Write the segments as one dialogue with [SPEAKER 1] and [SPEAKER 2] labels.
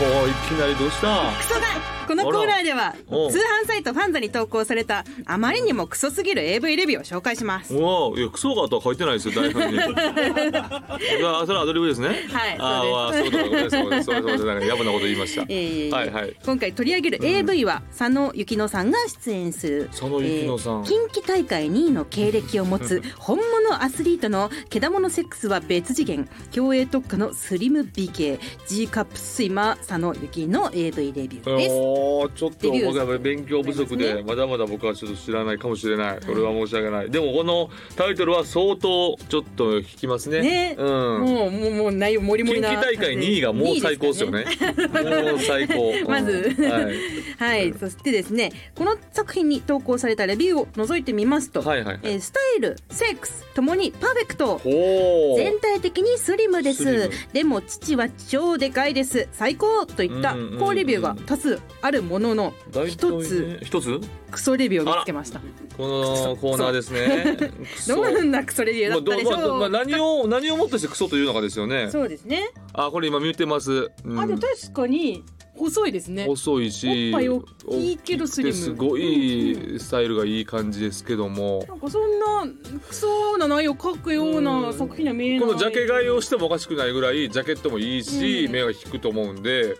[SPEAKER 1] おいきなりどうした
[SPEAKER 2] クソだこのコーナーでは
[SPEAKER 1] おう
[SPEAKER 2] 通販サイトファンザに投稿されたあまりにもクソすぎる AV レビューを紹介します
[SPEAKER 1] おおいやクソがとは書いてないですよ 台本にあそれはアドリブですね
[SPEAKER 2] はい
[SPEAKER 1] ああそうだごめんなさいごめんなさいごめんなさいなんか野暮なこと言いました
[SPEAKER 2] えー
[SPEAKER 1] はいはい
[SPEAKER 2] 今回取り上げる AV は、佐野幸乃さんが出演する
[SPEAKER 1] 佐野幸乃さん
[SPEAKER 2] えー近畿大会2位の経歴を持つ本物アスリートの「けだものセックスは別次元」競泳特化のスリム美形 G カップスイマー佐野幸乃 AV レビューです。
[SPEAKER 1] おーちょっと
[SPEAKER 2] デビュー
[SPEAKER 1] 僕はやっぱり勉強不足でまだまだ僕はちょっと知らないかもしれないこれは申し訳ないでもこのタイトルは相当ちょっと引きますね
[SPEAKER 2] ね
[SPEAKER 1] うん
[SPEAKER 2] もうもうもう内容もりも
[SPEAKER 1] 近
[SPEAKER 2] りな
[SPEAKER 1] 畿大会2位がもう最高ですよね もう最高
[SPEAKER 2] まず
[SPEAKER 1] う んはい
[SPEAKER 2] はい、そしてですねこの作品に投稿されたレビューを覗いてみますと、
[SPEAKER 1] はいはいはい
[SPEAKER 2] えースタイルセックスともにパーフェクト
[SPEAKER 1] おお
[SPEAKER 2] 全体的にスリムで
[SPEAKER 1] スリ
[SPEAKER 2] す
[SPEAKER 1] ム
[SPEAKER 2] でも父は超でかいです最高といった
[SPEAKER 1] うんうんうん
[SPEAKER 2] 高レビューが多数あるものの一つ
[SPEAKER 1] 一つ
[SPEAKER 2] クソレビューを見つけました
[SPEAKER 1] このコーナーですね。クソ
[SPEAKER 2] どんなクソレビュー
[SPEAKER 1] ま
[SPEAKER 2] だ
[SPEAKER 1] あ
[SPEAKER 2] った
[SPEAKER 1] ど
[SPEAKER 2] で
[SPEAKER 1] う
[SPEAKER 2] しょ
[SPEAKER 1] まあど
[SPEAKER 2] う、
[SPEAKER 1] うまあ何を何をもってしてクソというのかですよね。
[SPEAKER 2] そうですね、
[SPEAKER 1] あこれ今見てます。うん
[SPEAKER 2] あでも確かに細いですね
[SPEAKER 1] 細い
[SPEAKER 2] お
[SPEAKER 1] し、
[SPEAKER 2] っぱい大きいけどスリム
[SPEAKER 1] 大きくてすごいスタイルがいい感じですけども。
[SPEAKER 2] なんかそんなクソな内容を書くような作品には見えない
[SPEAKER 1] このジャケ買いをしてもおかしくないぐらいジャケットもいいし、
[SPEAKER 2] うん
[SPEAKER 1] 目が引くと思うんで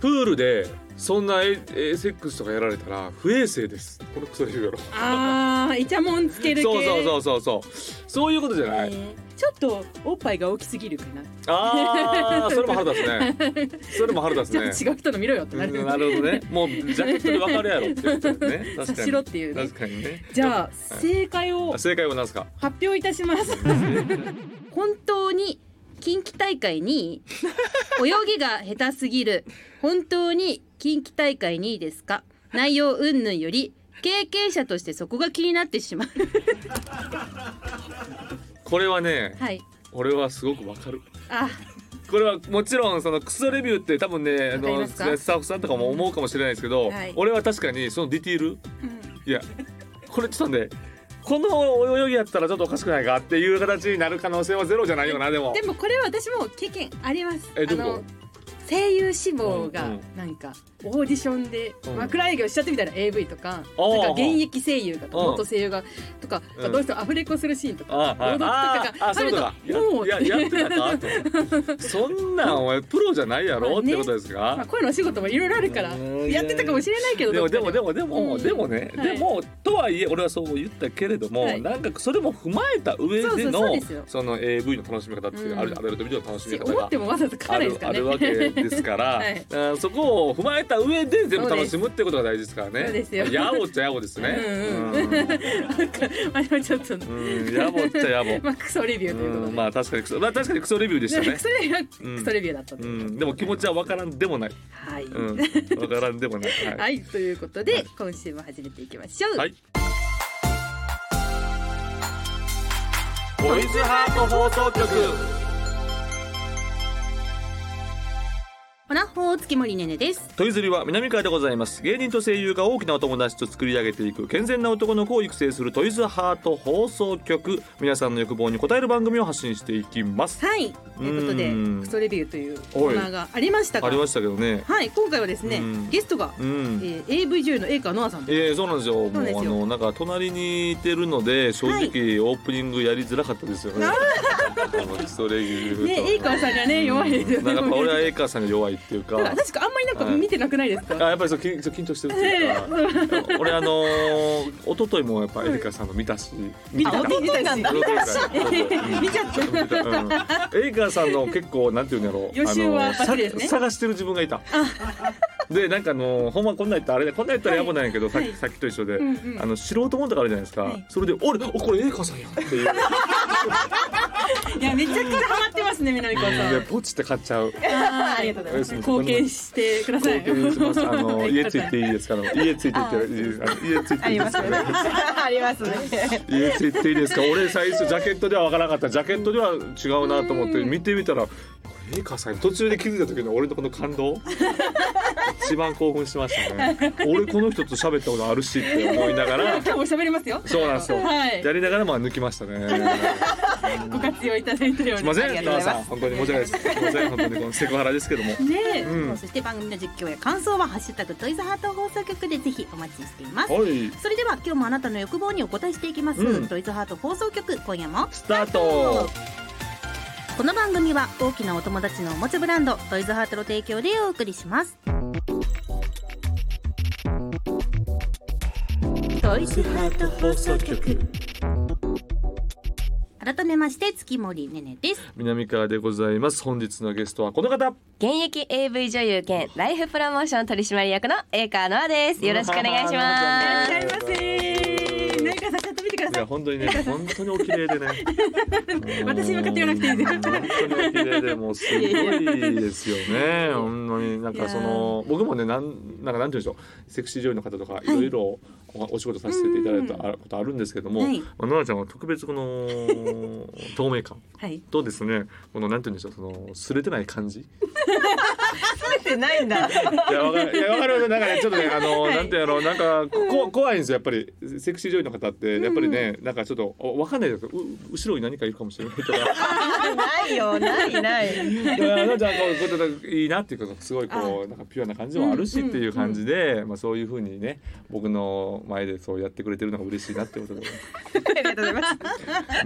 [SPEAKER 1] プールでそんなエエセックスとかやられたら不衛生ですこのクソレビューやろ
[SPEAKER 2] あーイチャモンつける系
[SPEAKER 1] そうそうそうそうそうそういうことじゃない、
[SPEAKER 2] えーちょっとおっぱいが大きすぎるかな、
[SPEAKER 1] ああそれも腹立つ ねそれも腹立つ
[SPEAKER 2] ち
[SPEAKER 1] ね
[SPEAKER 2] ょっと違う人の見ろよってなる、
[SPEAKER 1] うんなるほどね。もうジャケットでわかる やろって言ってね。確
[SPEAKER 2] 察
[SPEAKER 1] か
[SPEAKER 2] し
[SPEAKER 1] に。
[SPEAKER 2] ろっていうね
[SPEAKER 1] 確かにね。
[SPEAKER 2] じゃあ正解を
[SPEAKER 1] あ正解は何すか。
[SPEAKER 2] 発表いたします 本当に近畿大会に泳ぎが下手すぎる本当に近畿大会にですか内容云々より経験者としてそこが気になってしまう
[SPEAKER 1] これはね、
[SPEAKER 2] はい
[SPEAKER 1] 俺はすごくわかる。
[SPEAKER 2] あ
[SPEAKER 1] これはもちろんそのクソレビューって多分ねあ
[SPEAKER 2] わかり
[SPEAKER 1] の
[SPEAKER 2] ます
[SPEAKER 1] ス
[SPEAKER 2] か
[SPEAKER 1] タッフさんとかも思うかもしれないですけど、
[SPEAKER 2] はい
[SPEAKER 1] 俺は確かにそのディティール、いやこれちょっとねこの泳ぎやったらちょっとおかしくないかっていう形になる可能性はゼロじゃないよなでも
[SPEAKER 2] でもこれは私も経験あります
[SPEAKER 1] えどういう
[SPEAKER 2] あ
[SPEAKER 1] こと
[SPEAKER 2] の声優志望が
[SPEAKER 1] うんうん
[SPEAKER 2] なんかオーディションで
[SPEAKER 1] うん
[SPEAKER 2] 枕営業しちゃってみたいな AV とか
[SPEAKER 1] あー
[SPEAKER 2] なんか現役声優がとか
[SPEAKER 1] うん
[SPEAKER 2] 元声優がとか
[SPEAKER 1] うん
[SPEAKER 2] どうしてもアフレコするシーンとか
[SPEAKER 1] あ
[SPEAKER 2] 踊りとかが
[SPEAKER 1] あそういうことか
[SPEAKER 2] あるともう
[SPEAKER 1] いやいややってたかと そんなんお前プロじゃないや
[SPEAKER 2] ま
[SPEAKER 1] ろ
[SPEAKER 2] あ
[SPEAKER 1] っ
[SPEAKER 2] ね
[SPEAKER 1] てことですか、
[SPEAKER 2] まあ、声のお仕事もいろいろあるから
[SPEAKER 1] うん
[SPEAKER 2] やってたかもしれないけど
[SPEAKER 1] でもでもで
[SPEAKER 2] も
[SPEAKER 1] もでも、
[SPEAKER 2] うん
[SPEAKER 1] でもね、
[SPEAKER 2] はい
[SPEAKER 1] でもとはいえ俺はそう言ったけれども、
[SPEAKER 2] はい
[SPEAKER 1] なんかそれも踏まえた上
[SPEAKER 2] そう
[SPEAKER 1] で
[SPEAKER 2] そう
[SPEAKER 1] の
[SPEAKER 2] そうですよ
[SPEAKER 1] の AV の楽しみ方っていう、
[SPEAKER 2] うん
[SPEAKER 1] あるアダルトビデオの楽しみ方
[SPEAKER 2] 思
[SPEAKER 1] が
[SPEAKER 2] ってもわざわざ書か
[SPEAKER 1] あ
[SPEAKER 2] ないで
[SPEAKER 1] る
[SPEAKER 2] すから
[SPEAKER 1] あ
[SPEAKER 2] ね
[SPEAKER 1] る わけですから、
[SPEAKER 2] はい
[SPEAKER 1] あーそこを踏まえた上で全部楽しむってことが大事ですからね
[SPEAKER 2] そうですよ
[SPEAKER 1] やぼっちゃやぼですね
[SPEAKER 2] うんうんなんかあれはちょっと、
[SPEAKER 1] うんうんやぼっちゃやぼ
[SPEAKER 2] まあクソレビューということ
[SPEAKER 1] う
[SPEAKER 2] で、
[SPEAKER 1] んまあ確かにクソ、まあ、確かにクソレビュー でしたね
[SPEAKER 2] クソレビューはクソレビューだったと
[SPEAKER 1] う
[SPEAKER 2] いうこと
[SPEAKER 1] ん、でも気持ちはわからんでもない、
[SPEAKER 2] はい、
[SPEAKER 1] うん、わからんでもない、はい
[SPEAKER 2] はい、ということで、今週も始めていきましょう。
[SPEAKER 1] はい。ボイズハート放送局。
[SPEAKER 2] ほなほう月森ねねです。
[SPEAKER 1] トイズリは南川でございます。芸人と声優が大きなお友達と作り上げていく健全な男の子を育成するトイズハート放送局。皆さんの欲望に応える番組を発信していきます。
[SPEAKER 2] はい、ということで、
[SPEAKER 1] うん
[SPEAKER 2] クソレビューというコーナーがありました
[SPEAKER 1] あ
[SPEAKER 2] が
[SPEAKER 1] り。ましたけどね。
[SPEAKER 2] はい、今回はですね
[SPEAKER 1] うん、
[SPEAKER 2] ゲストが、
[SPEAKER 1] う
[SPEAKER 2] え
[SPEAKER 1] ん。
[SPEAKER 2] ー AV 女優の栄川ノアさんです。
[SPEAKER 1] ええそうなんですよ。
[SPEAKER 2] そうですよ
[SPEAKER 1] もうあのなんか隣にいてるので正直オープニングやりづらかったですよね。
[SPEAKER 2] あ
[SPEAKER 1] あのそれ言うと
[SPEAKER 2] ね、栄川さんがね、弱いですよね。
[SPEAKER 1] なんかやっぱ俺はエイカーさんが弱いっていうか。
[SPEAKER 2] なんか確かあんまりなんか見てなくないです
[SPEAKER 1] あ
[SPEAKER 2] か。
[SPEAKER 1] やっぱりそう緊そう緊張してるっていうか、俺あのー、一昨日もやっぱエリカさんの見たし、見
[SPEAKER 2] あ、見てたんだ。
[SPEAKER 1] 一昨日 か
[SPEAKER 2] 見ちゃった。
[SPEAKER 1] 見たうん、エリカさんの結構なんていうんだろう、
[SPEAKER 2] 予習は
[SPEAKER 1] あのー
[SPEAKER 2] バッチリですね
[SPEAKER 1] さ探してる自分がいた。でなんかあのーほんまこんなん言ったらあれだこんなん言ったらやばないんやけど、さっきさっきと一緒で、
[SPEAKER 2] うんうん
[SPEAKER 1] あの素人もんとかあるじゃないですか。それで俺おこれエリカさんやんっていう、
[SPEAKER 2] いや、めちゃくちゃハマってますね、南川さ
[SPEAKER 1] で
[SPEAKER 2] ん。
[SPEAKER 1] ポチって買っち ゃう。
[SPEAKER 2] あーありがとうございます。貢献してください。
[SPEAKER 1] 貢献しますあの家ついていいですから家ついていって
[SPEAKER 2] あ
[SPEAKER 1] いいですあの家ついていいですかね。
[SPEAKER 2] ありますね。
[SPEAKER 1] 家ついていいですか俺最初ジャケットでは分からなかったジャケットでは違うなと思って見てみたらこれいいかさん途中で気づいた時の俺のこの感動一番興奮しましたね俺この人と喋ったことあるしって思いながら
[SPEAKER 2] 今日も喋りますよ。
[SPEAKER 1] そうなんですよ、
[SPEAKER 2] はい
[SPEAKER 1] やりながらまあ抜きましたね
[SPEAKER 2] ご活用いただいたよう
[SPEAKER 1] すみま
[SPEAKER 2] で
[SPEAKER 1] せ
[SPEAKER 3] あ
[SPEAKER 1] ん、
[SPEAKER 3] りがと
[SPEAKER 1] 母
[SPEAKER 3] うござい
[SPEAKER 1] さ
[SPEAKER 3] ま
[SPEAKER 1] ん、本当に申し訳ないです。すみません、本当にこのセクハラですけども。
[SPEAKER 2] ねえ、
[SPEAKER 1] うん
[SPEAKER 2] そして番組の実況や感想は「ハッシュタグトイズハート放送局」でぜひお待ちしています
[SPEAKER 1] はい、
[SPEAKER 2] それでは今日もあなたの欲望にお答えしていきます、
[SPEAKER 1] うん
[SPEAKER 2] トイズハート放送局今夜も
[SPEAKER 1] スタート。
[SPEAKER 2] この番組は大きなお友達のおもちゃブランドトイズハートの提供でお送りしますトイズハート放送局改めまして月森ねねです
[SPEAKER 1] 南川でございます。本日のゲストはこの方。
[SPEAKER 3] 現役 AV 女優兼ライフプロモーション取締役のエーカーノアですよろしくお願いしま
[SPEAKER 1] い
[SPEAKER 3] す
[SPEAKER 1] らっしゃいませ
[SPEAKER 2] 何かさんちゃんと見てくだ
[SPEAKER 1] いや、本当に ね、本当にお綺麗でね。
[SPEAKER 2] 私に向かって言わなくていいです
[SPEAKER 1] 本当にお綺麗で、もうすごいですよね。本当に、なんか、その、僕もね、なん、なんか、なんて言うんでしょう。セクシー女優の方とか、いろいろ。おお仕事させていただいたことあるんですけども、
[SPEAKER 2] はい
[SPEAKER 1] まあノラちゃんは特別この 透明感
[SPEAKER 2] はい
[SPEAKER 1] とですね、このなんて言うんでしょう、その擦れてない感じ、
[SPEAKER 3] ってないんだ
[SPEAKER 1] いやわかるいやわかるなんかねちょっとねあの、なんてやろうなんかこ怖いんですよやっぱりセクシー女優の方ってやっぱりね、なんかちょっとおわかんないですよう後ろに何かいるかもしれないとか
[SPEAKER 3] ないよないない
[SPEAKER 1] いやなんかこうこういうこといいなっていうことすごいこうなんかピュアな感じもあるしっていう感じで、まあそういう風にね僕の前でそうやってくれてるのが嬉しいなってことで
[SPEAKER 3] ありがとうござ います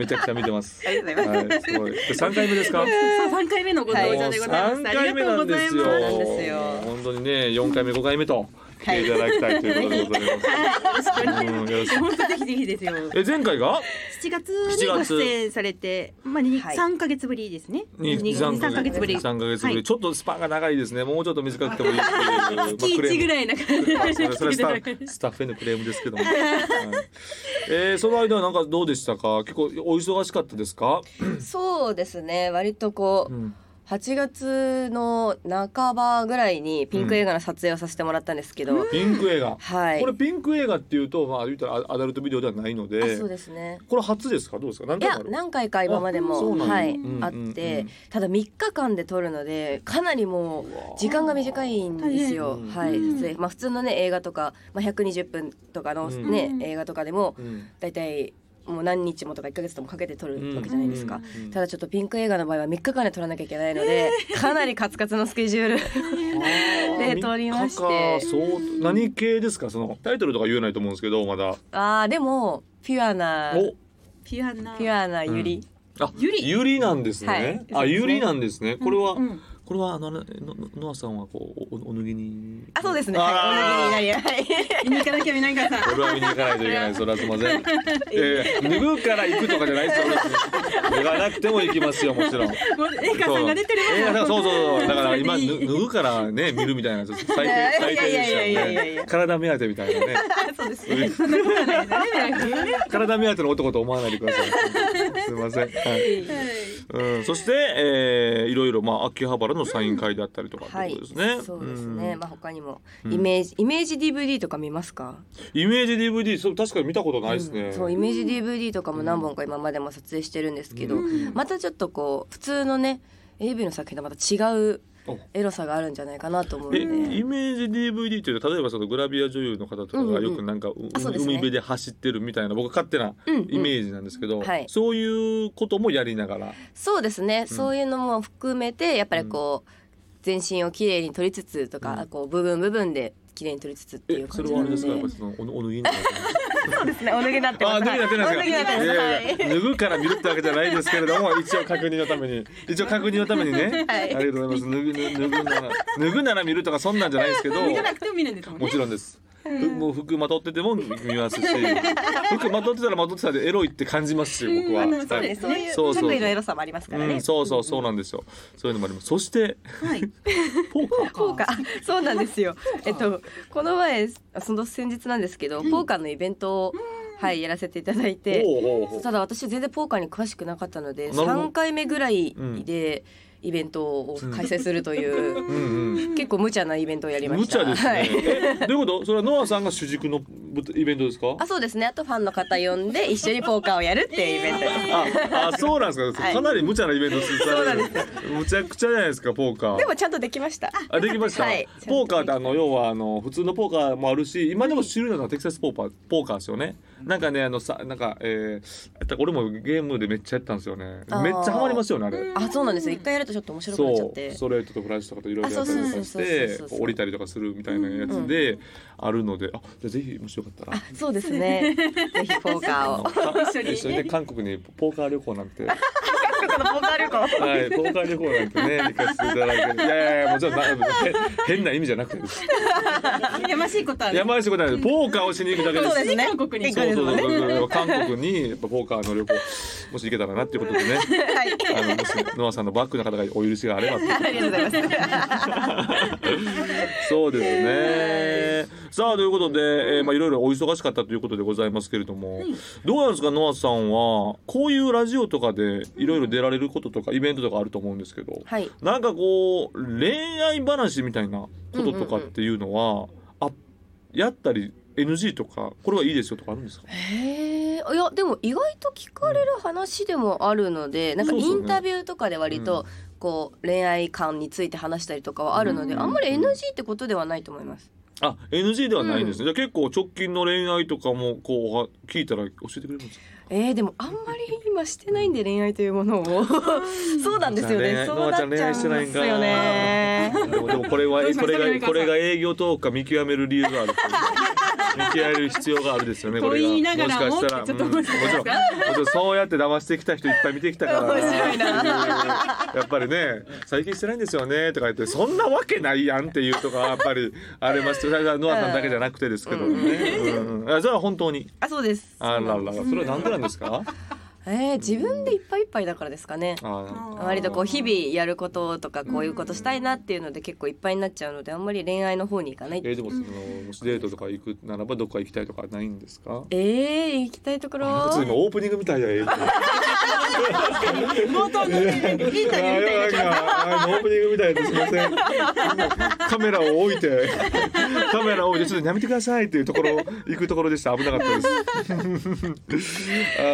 [SPEAKER 1] めちゃくちゃ見てます。
[SPEAKER 3] ありがとうございます
[SPEAKER 1] はい、すごい。で三回目ですか。
[SPEAKER 2] さあ三回目のご登場でございます、
[SPEAKER 1] 三回目なんですよ。
[SPEAKER 2] ありがとうございます
[SPEAKER 3] なんですよ
[SPEAKER 1] 本当にね、四回目、五回目と来ていただきたいということでございます。うんよろしく
[SPEAKER 2] 本当ぜひぜひですよ7
[SPEAKER 1] え前回が
[SPEAKER 2] 月
[SPEAKER 1] 7
[SPEAKER 2] に
[SPEAKER 1] 月
[SPEAKER 2] ご出演されてまあに
[SPEAKER 3] はい
[SPEAKER 2] 三ヶ月ぶりですね
[SPEAKER 1] に
[SPEAKER 2] 二三ヶ月ぶり
[SPEAKER 1] 三ヶ月ぶ
[SPEAKER 2] は
[SPEAKER 1] り。
[SPEAKER 2] い
[SPEAKER 1] ちょっとスパンが長いですね。もうちょっと短くてもいいっていう。まあ
[SPEAKER 2] 月
[SPEAKER 1] クレー
[SPEAKER 2] 一
[SPEAKER 1] ム
[SPEAKER 2] ぐらいな感じ
[SPEAKER 1] まあそれそれ
[SPEAKER 2] 来てい
[SPEAKER 1] スタ
[SPEAKER 2] ただ
[SPEAKER 1] ッ
[SPEAKER 2] い
[SPEAKER 1] フスタッフへのクレームですけども。はいえーその間はなんかどうでしたか。結構お忙しかったですか。
[SPEAKER 3] そうですね割とこ
[SPEAKER 1] う
[SPEAKER 3] うん8月の半ばぐらいにピンク映画の撮影をさせてもらったんですけど、
[SPEAKER 1] ピンク映画。
[SPEAKER 3] はい
[SPEAKER 1] これピンク映画っていうとまあ言ったらアアダルトビデオではないの
[SPEAKER 3] あ
[SPEAKER 1] で
[SPEAKER 3] そう。ですね
[SPEAKER 1] これ初ですか。どうですか。何
[SPEAKER 3] い
[SPEAKER 1] 回も
[SPEAKER 3] や
[SPEAKER 1] ある。
[SPEAKER 3] 何回か今まで
[SPEAKER 1] あそう
[SPEAKER 3] も
[SPEAKER 1] なんだ
[SPEAKER 3] はい、
[SPEAKER 1] うん
[SPEAKER 3] あっ
[SPEAKER 1] うんう
[SPEAKER 3] て、
[SPEAKER 1] ん
[SPEAKER 3] ただ3日間で撮るのでかなりもう時間が短いんですよ
[SPEAKER 1] う。わ
[SPEAKER 3] はい、
[SPEAKER 2] うん
[SPEAKER 3] でまあ普通のね映画とかまあ120分とかの
[SPEAKER 1] うん
[SPEAKER 3] ね、映画とかでも
[SPEAKER 1] うん
[SPEAKER 3] だいたいもう何日もとか1ヶ月ともかけて撮るわけじゃないですか。
[SPEAKER 1] うんうん
[SPEAKER 3] ただちょっとピンク映画の場合は3日間で撮らなきゃいけないので、かなりカツカツのスケジュールで撮りまして
[SPEAKER 1] 三日かそう何系ですかそのタイトルとか言えないと思うんですけどまだ
[SPEAKER 3] ああでもピュアな
[SPEAKER 1] お
[SPEAKER 2] ピュアな
[SPEAKER 3] ピュアなゆり、
[SPEAKER 1] あ
[SPEAKER 2] ゆり
[SPEAKER 1] ゆりなんです
[SPEAKER 3] はい
[SPEAKER 1] ね、
[SPEAKER 3] そう
[SPEAKER 1] あ
[SPEAKER 3] ですね
[SPEAKER 1] ゆりなんですねこれは、
[SPEAKER 2] うんうん
[SPEAKER 1] これはあのののノアさんはこうおおお脱ぎに
[SPEAKER 3] あそうですね。
[SPEAKER 1] あー
[SPEAKER 3] はい、おにぎりになりはい。
[SPEAKER 2] 見に行かなきゃ見ないから
[SPEAKER 1] これは見に行かないといけないそれはすみま せん、えー、脱ぐから行くとかじゃないですよ脱がなくても行きますよもちろん
[SPEAKER 2] もう映画さんが出てる
[SPEAKER 1] そうえーだからそうそうそうだから今
[SPEAKER 2] それでい
[SPEAKER 1] 脱
[SPEAKER 2] い
[SPEAKER 1] ぐからね見るみた いなちょっと最低最低でし
[SPEAKER 3] いやいやいやいや
[SPEAKER 1] た
[SPEAKER 3] い
[SPEAKER 1] よ
[SPEAKER 3] や
[SPEAKER 1] ね体目当てみたいなね
[SPEAKER 3] そうですね。
[SPEAKER 1] うん体目当ての男と思わないでください。 すみません。はい。うん、そして、えー、いろいろまあ秋葉原のサイン会だったりとかってことですね。
[SPEAKER 3] そうですね。
[SPEAKER 1] うん
[SPEAKER 3] まあ他にも
[SPEAKER 1] ん
[SPEAKER 3] イメージ、イメージ DVD とか見ますか？
[SPEAKER 1] イメージ DVD そう確かに見たことないですね。
[SPEAKER 3] そうイメージ DVD とかも何本か今までも撮影してるんですけど、またちょっとこう普通のね AV の作品とまた違う
[SPEAKER 1] お
[SPEAKER 3] エロさがあるんじゃないかなと思うの
[SPEAKER 1] え
[SPEAKER 3] で。
[SPEAKER 1] イメージ DVD というと例えばそのグラビア女優の方とか
[SPEAKER 3] うんうんう
[SPEAKER 1] が
[SPEAKER 3] ん
[SPEAKER 1] よくなんか、う
[SPEAKER 3] あそうです
[SPEAKER 1] 海
[SPEAKER 3] ね
[SPEAKER 1] 辺で走ってるみたいな僕勝手な
[SPEAKER 3] うんうん
[SPEAKER 1] イメージなんですけど、
[SPEAKER 3] はい
[SPEAKER 1] そういうこともやりながら、
[SPEAKER 3] そうですね、そういうのも含めてやっぱりこう、全身をきれいに撮りつつとか、
[SPEAKER 1] うん
[SPEAKER 3] こう部分部分できれいに撮りつつってい
[SPEAKER 1] え
[SPEAKER 3] う
[SPEAKER 1] そ
[SPEAKER 3] 感
[SPEAKER 1] れ
[SPEAKER 3] じ
[SPEAKER 1] はあ
[SPEAKER 3] な
[SPEAKER 1] れ
[SPEAKER 3] の
[SPEAKER 1] で
[SPEAKER 3] です
[SPEAKER 1] かやっぱそのおお脱ぎになる感じ
[SPEAKER 3] そうですねお脱ぎになって
[SPEAKER 1] あ、
[SPEAKER 3] ます
[SPEAKER 1] 脱ぎなってない
[SPEAKER 3] お脱ぎにな
[SPEAKER 1] で
[SPEAKER 3] っ
[SPEAKER 1] すか。
[SPEAKER 3] てます
[SPEAKER 1] いや
[SPEAKER 3] はいい
[SPEAKER 1] やいや脱ぐから見るってわけじゃないですけれども、一応確認のために、一応確認のためにね。
[SPEAKER 3] はい
[SPEAKER 1] ありがとうございます。脱ぐ、脱ぐなら、脱ぐなら見るとか、そんなんじゃないですけど。
[SPEAKER 2] 脱がなくても見るんですもん
[SPEAKER 1] も
[SPEAKER 2] ね
[SPEAKER 1] ちろんです。ふもう服まとってても見 ますし、服まとってたらまとってたでエロいって感じますし、僕は。
[SPEAKER 2] うん
[SPEAKER 1] はい
[SPEAKER 3] そうですそういう
[SPEAKER 1] そうそう
[SPEAKER 3] 着衣のエロさもありますから
[SPEAKER 1] う
[SPEAKER 3] ね
[SPEAKER 1] ん、。そうそうそうなんですよ。そういうのもあります。そして
[SPEAKER 2] はい
[SPEAKER 1] ポーカー。
[SPEAKER 3] ポーカーそうなんですよ。えっとこの前その先日なんですけど、ポーカーのイベントをはいやらせていただいて、
[SPEAKER 1] ほうほうほう
[SPEAKER 3] ただ私全然ポーカーに詳しくなかったの
[SPEAKER 1] な
[SPEAKER 3] で、
[SPEAKER 1] るほど
[SPEAKER 3] 三回目ぐらいでイベントを開催するという
[SPEAKER 1] うん
[SPEAKER 3] 結構無茶なイベントをやり
[SPEAKER 1] うん。
[SPEAKER 3] ま
[SPEAKER 1] 無
[SPEAKER 3] した。
[SPEAKER 1] 茶ですね。
[SPEAKER 3] はい。
[SPEAKER 1] え、どういうこと？それはノアさんが主軸のぶイベントですか
[SPEAKER 3] あそうですねあとファンの方呼ん で一緒にポーカーをやるっていうイベントです
[SPEAKER 1] ああそうなんですか、
[SPEAKER 3] はい
[SPEAKER 1] かなり無茶なイベントする
[SPEAKER 3] そうなんで
[SPEAKER 1] むちゃくちゃじゃないですかポーカー
[SPEAKER 3] でもちゃんとできました
[SPEAKER 1] あできました、
[SPEAKER 3] はい
[SPEAKER 1] ポーカーってあの要はあの普通のポーカーもあるし今でも主流なのはテキサスポーカーポーカーですよねなんかねあのさなんかえー、やった俺もゲームでめっちゃやったんですよね
[SPEAKER 3] あー
[SPEAKER 1] めっちゃハマりますよねあれ
[SPEAKER 2] うん
[SPEAKER 3] あそうなんですよ一回やるとちょっと面白くなっちゃっ
[SPEAKER 1] そう
[SPEAKER 3] て
[SPEAKER 1] ストレートとフラッシュとかといろいろやった
[SPEAKER 2] あ
[SPEAKER 1] り
[SPEAKER 2] そ
[SPEAKER 1] と
[SPEAKER 2] う
[SPEAKER 1] か
[SPEAKER 3] そ
[SPEAKER 1] し
[SPEAKER 3] うそうそう
[SPEAKER 1] て
[SPEAKER 3] そう
[SPEAKER 1] こう降りたりとかするみたいなやつであるので、あじゃあぜひもしよかったら
[SPEAKER 3] あそうですねぜひポーカーを
[SPEAKER 1] 一
[SPEAKER 2] 緒にね
[SPEAKER 1] 緒にね韓国にポーカー旅行なんて
[SPEAKER 3] 韓国のポーカー旅行
[SPEAKER 1] はい、東海旅行なんてね、行かせていただいて、いやいやいや、もちろん、な変な意味じゃなくてです。
[SPEAKER 2] やましいことはね
[SPEAKER 1] やばい仕事なんで、ポーカーをしに行くだけで
[SPEAKER 3] そう
[SPEAKER 1] す。
[SPEAKER 3] ですね
[SPEAKER 2] 韓国に
[SPEAKER 1] そうそうそう
[SPEAKER 3] 韓
[SPEAKER 1] そうそう、韓国に、やっぱ ポーカーの旅行、もし行けたらなっていうことでね。
[SPEAKER 3] はい
[SPEAKER 1] あの、もし、ノアさんのバックの方がお許しがあれ ばっていう。
[SPEAKER 3] ありがとうございます
[SPEAKER 1] そうですね。さあということで、えーまあいろいろお忙しかったということでございますけれども、どうなんですかノアさんはこういうラジオとかでいろいろ出られることとかイベントとかあると思うんですけど、
[SPEAKER 3] はい
[SPEAKER 1] なんかこう恋愛話みたいなこととかっていうのは、あやったり NG とかこれはいいですよとかあるんですか？
[SPEAKER 3] へえいやでも意外と聞かれる話でもあるのでなんか
[SPEAKER 1] そう
[SPEAKER 3] イ
[SPEAKER 1] そうね
[SPEAKER 3] ンタビューとかで割とこう恋愛観について話したりとかはあるので
[SPEAKER 1] うん
[SPEAKER 3] あんまり NG ってことではないと思います。
[SPEAKER 1] あ NG ではないんですね。じゃあ結構直近の恋愛とかもこうは聞いたら教えてくれるんですか？
[SPEAKER 3] えー、でもあんまり今してないんで恋愛というも のをそうなんですよねそう
[SPEAKER 1] ノア
[SPEAKER 3] な
[SPEAKER 1] ち
[SPEAKER 3] っちゃ
[SPEAKER 1] ゃ
[SPEAKER 3] うんん
[SPEAKER 1] 恋愛してないん
[SPEAKER 3] です
[SPEAKER 1] か
[SPEAKER 3] よね
[SPEAKER 1] で もでもこれ は
[SPEAKER 2] どうしま
[SPEAKER 1] こ
[SPEAKER 2] した
[SPEAKER 1] れ
[SPEAKER 2] 南川
[SPEAKER 1] がこ
[SPEAKER 2] さん
[SPEAKER 1] れが営業トークか見極める理由があるという見極める必要があるですよねこれが
[SPEAKER 2] と言いながらも
[SPEAKER 1] もしかした
[SPEAKER 2] ちょっと
[SPEAKER 1] ら、うん
[SPEAKER 2] 面
[SPEAKER 1] もち
[SPEAKER 2] 白
[SPEAKER 1] ろ
[SPEAKER 2] い
[SPEAKER 1] んもちろんそうやって騙してきた人いっぱい見てきたから
[SPEAKER 3] 面白いな
[SPEAKER 1] やっぱりね最近してないんですよねとか言ってそんなわけないやんっていうとかやっぱりありますそれはノアさんだけじゃなくてですけどね、うんあそれは本当に
[SPEAKER 3] あそうです
[SPEAKER 1] あらららそれはなんでなんですか
[SPEAKER 3] えー、自分でいっぱいいっぱいだからですかね
[SPEAKER 1] あー
[SPEAKER 3] 割とこう日々やることとかこういうことしたいなっていうので結構いっぱいになっちゃうのであんまり恋愛の方に行かない
[SPEAKER 1] えーでもそのもしデートとか行くならばどっか行きたいとかないんですか
[SPEAKER 3] えー、行きたいところ
[SPEAKER 1] 普通今オープニングみたいだよ。
[SPEAKER 2] 冒頭のインタビューみ
[SPEAKER 1] いやい
[SPEAKER 2] たいな
[SPEAKER 1] やいやオープニングみたいですみません。カメラを置いて、カメラを置いてちょっとやめてくださいっていうところ行くところでした。危なかったです。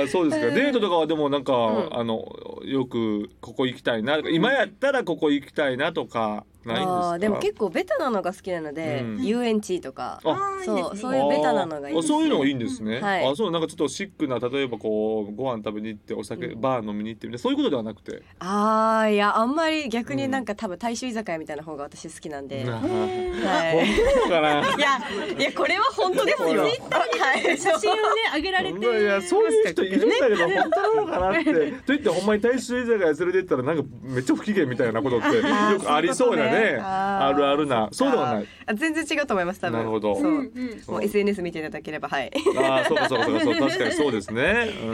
[SPEAKER 1] あそうですか。デートとかはでもなんか、
[SPEAKER 3] うん
[SPEAKER 1] あのよくここ行きたいなとか、今やったらここ行きたいなとかないんです
[SPEAKER 3] あ
[SPEAKER 1] か。
[SPEAKER 3] ーでも結構ベタなのが好きなので、
[SPEAKER 1] うん
[SPEAKER 3] 遊園地とか
[SPEAKER 1] あ
[SPEAKER 2] あー
[SPEAKER 3] そう
[SPEAKER 2] いいですね
[SPEAKER 3] そういうベタなのがいい
[SPEAKER 1] あそういうのがいいんですね。
[SPEAKER 3] はい
[SPEAKER 1] あ、そうなんかちょっとシックな例えばこうご飯食べに行ってお酒、
[SPEAKER 3] うん
[SPEAKER 1] バー飲みに行ってみたいなそういうことではなくて。
[SPEAKER 3] あーいやあんまり逆になんか、
[SPEAKER 1] う
[SPEAKER 3] 多分大衆居酒屋みたいな方が私好きなんで、
[SPEAKER 1] な
[SPEAKER 3] は
[SPEAKER 1] あ本
[SPEAKER 3] い、
[SPEAKER 1] 当かな。
[SPEAKER 3] いやいやこれは本当ですよ。
[SPEAKER 1] ほら
[SPEAKER 3] はい
[SPEAKER 2] 写真をね上げられて
[SPEAKER 1] いやそういう人いるんだけど本当なのかなって。といってほんまに大衆居酒屋連れてったらなんかめっちゃ不機嫌みたいなことってよくありそうだね。
[SPEAKER 3] あ
[SPEAKER 1] あ
[SPEAKER 3] ー
[SPEAKER 1] るあるな。そうではない。
[SPEAKER 3] あ全然違うと思います多分。
[SPEAKER 1] なるほど
[SPEAKER 3] そううん
[SPEAKER 2] うん
[SPEAKER 3] もう SNS 見ていただければはい。
[SPEAKER 1] ああそうかそうかそうか そう確かにそうですね。う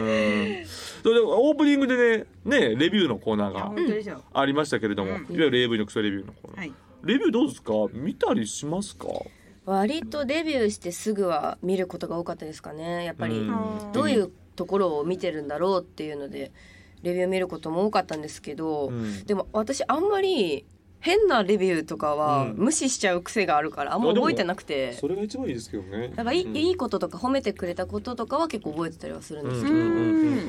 [SPEAKER 1] ん。それでオープニングでねねレビューのコーナー
[SPEAKER 2] あ
[SPEAKER 1] が
[SPEAKER 2] 本当でしょ
[SPEAKER 1] ありましたけれども、
[SPEAKER 2] うん
[SPEAKER 1] いわゆる AV のクソレビューのコーナー。
[SPEAKER 2] はい
[SPEAKER 1] レビューどうですか見たりしますか
[SPEAKER 3] 割とデビューしてすぐは見ることが多かったですかねやっぱり。
[SPEAKER 1] うん
[SPEAKER 3] どういうところを見てるんだろうっていうのでレビュー見ることも多かったんですけど、
[SPEAKER 1] うん
[SPEAKER 3] でも私あんまり変なレビューとかは
[SPEAKER 1] うん
[SPEAKER 3] 無視しちゃう癖があるからあん
[SPEAKER 1] あ
[SPEAKER 3] ま
[SPEAKER 1] でも
[SPEAKER 3] 覚えてなくて
[SPEAKER 1] それが一番いいですけどね。
[SPEAKER 3] だからいい,、
[SPEAKER 1] うん
[SPEAKER 3] いいこととか褒めてくれたこととかは結構覚えてたりはするん
[SPEAKER 1] う
[SPEAKER 3] で
[SPEAKER 1] ん
[SPEAKER 3] す
[SPEAKER 1] う
[SPEAKER 3] け
[SPEAKER 1] ん
[SPEAKER 3] ど、
[SPEAKER 1] うん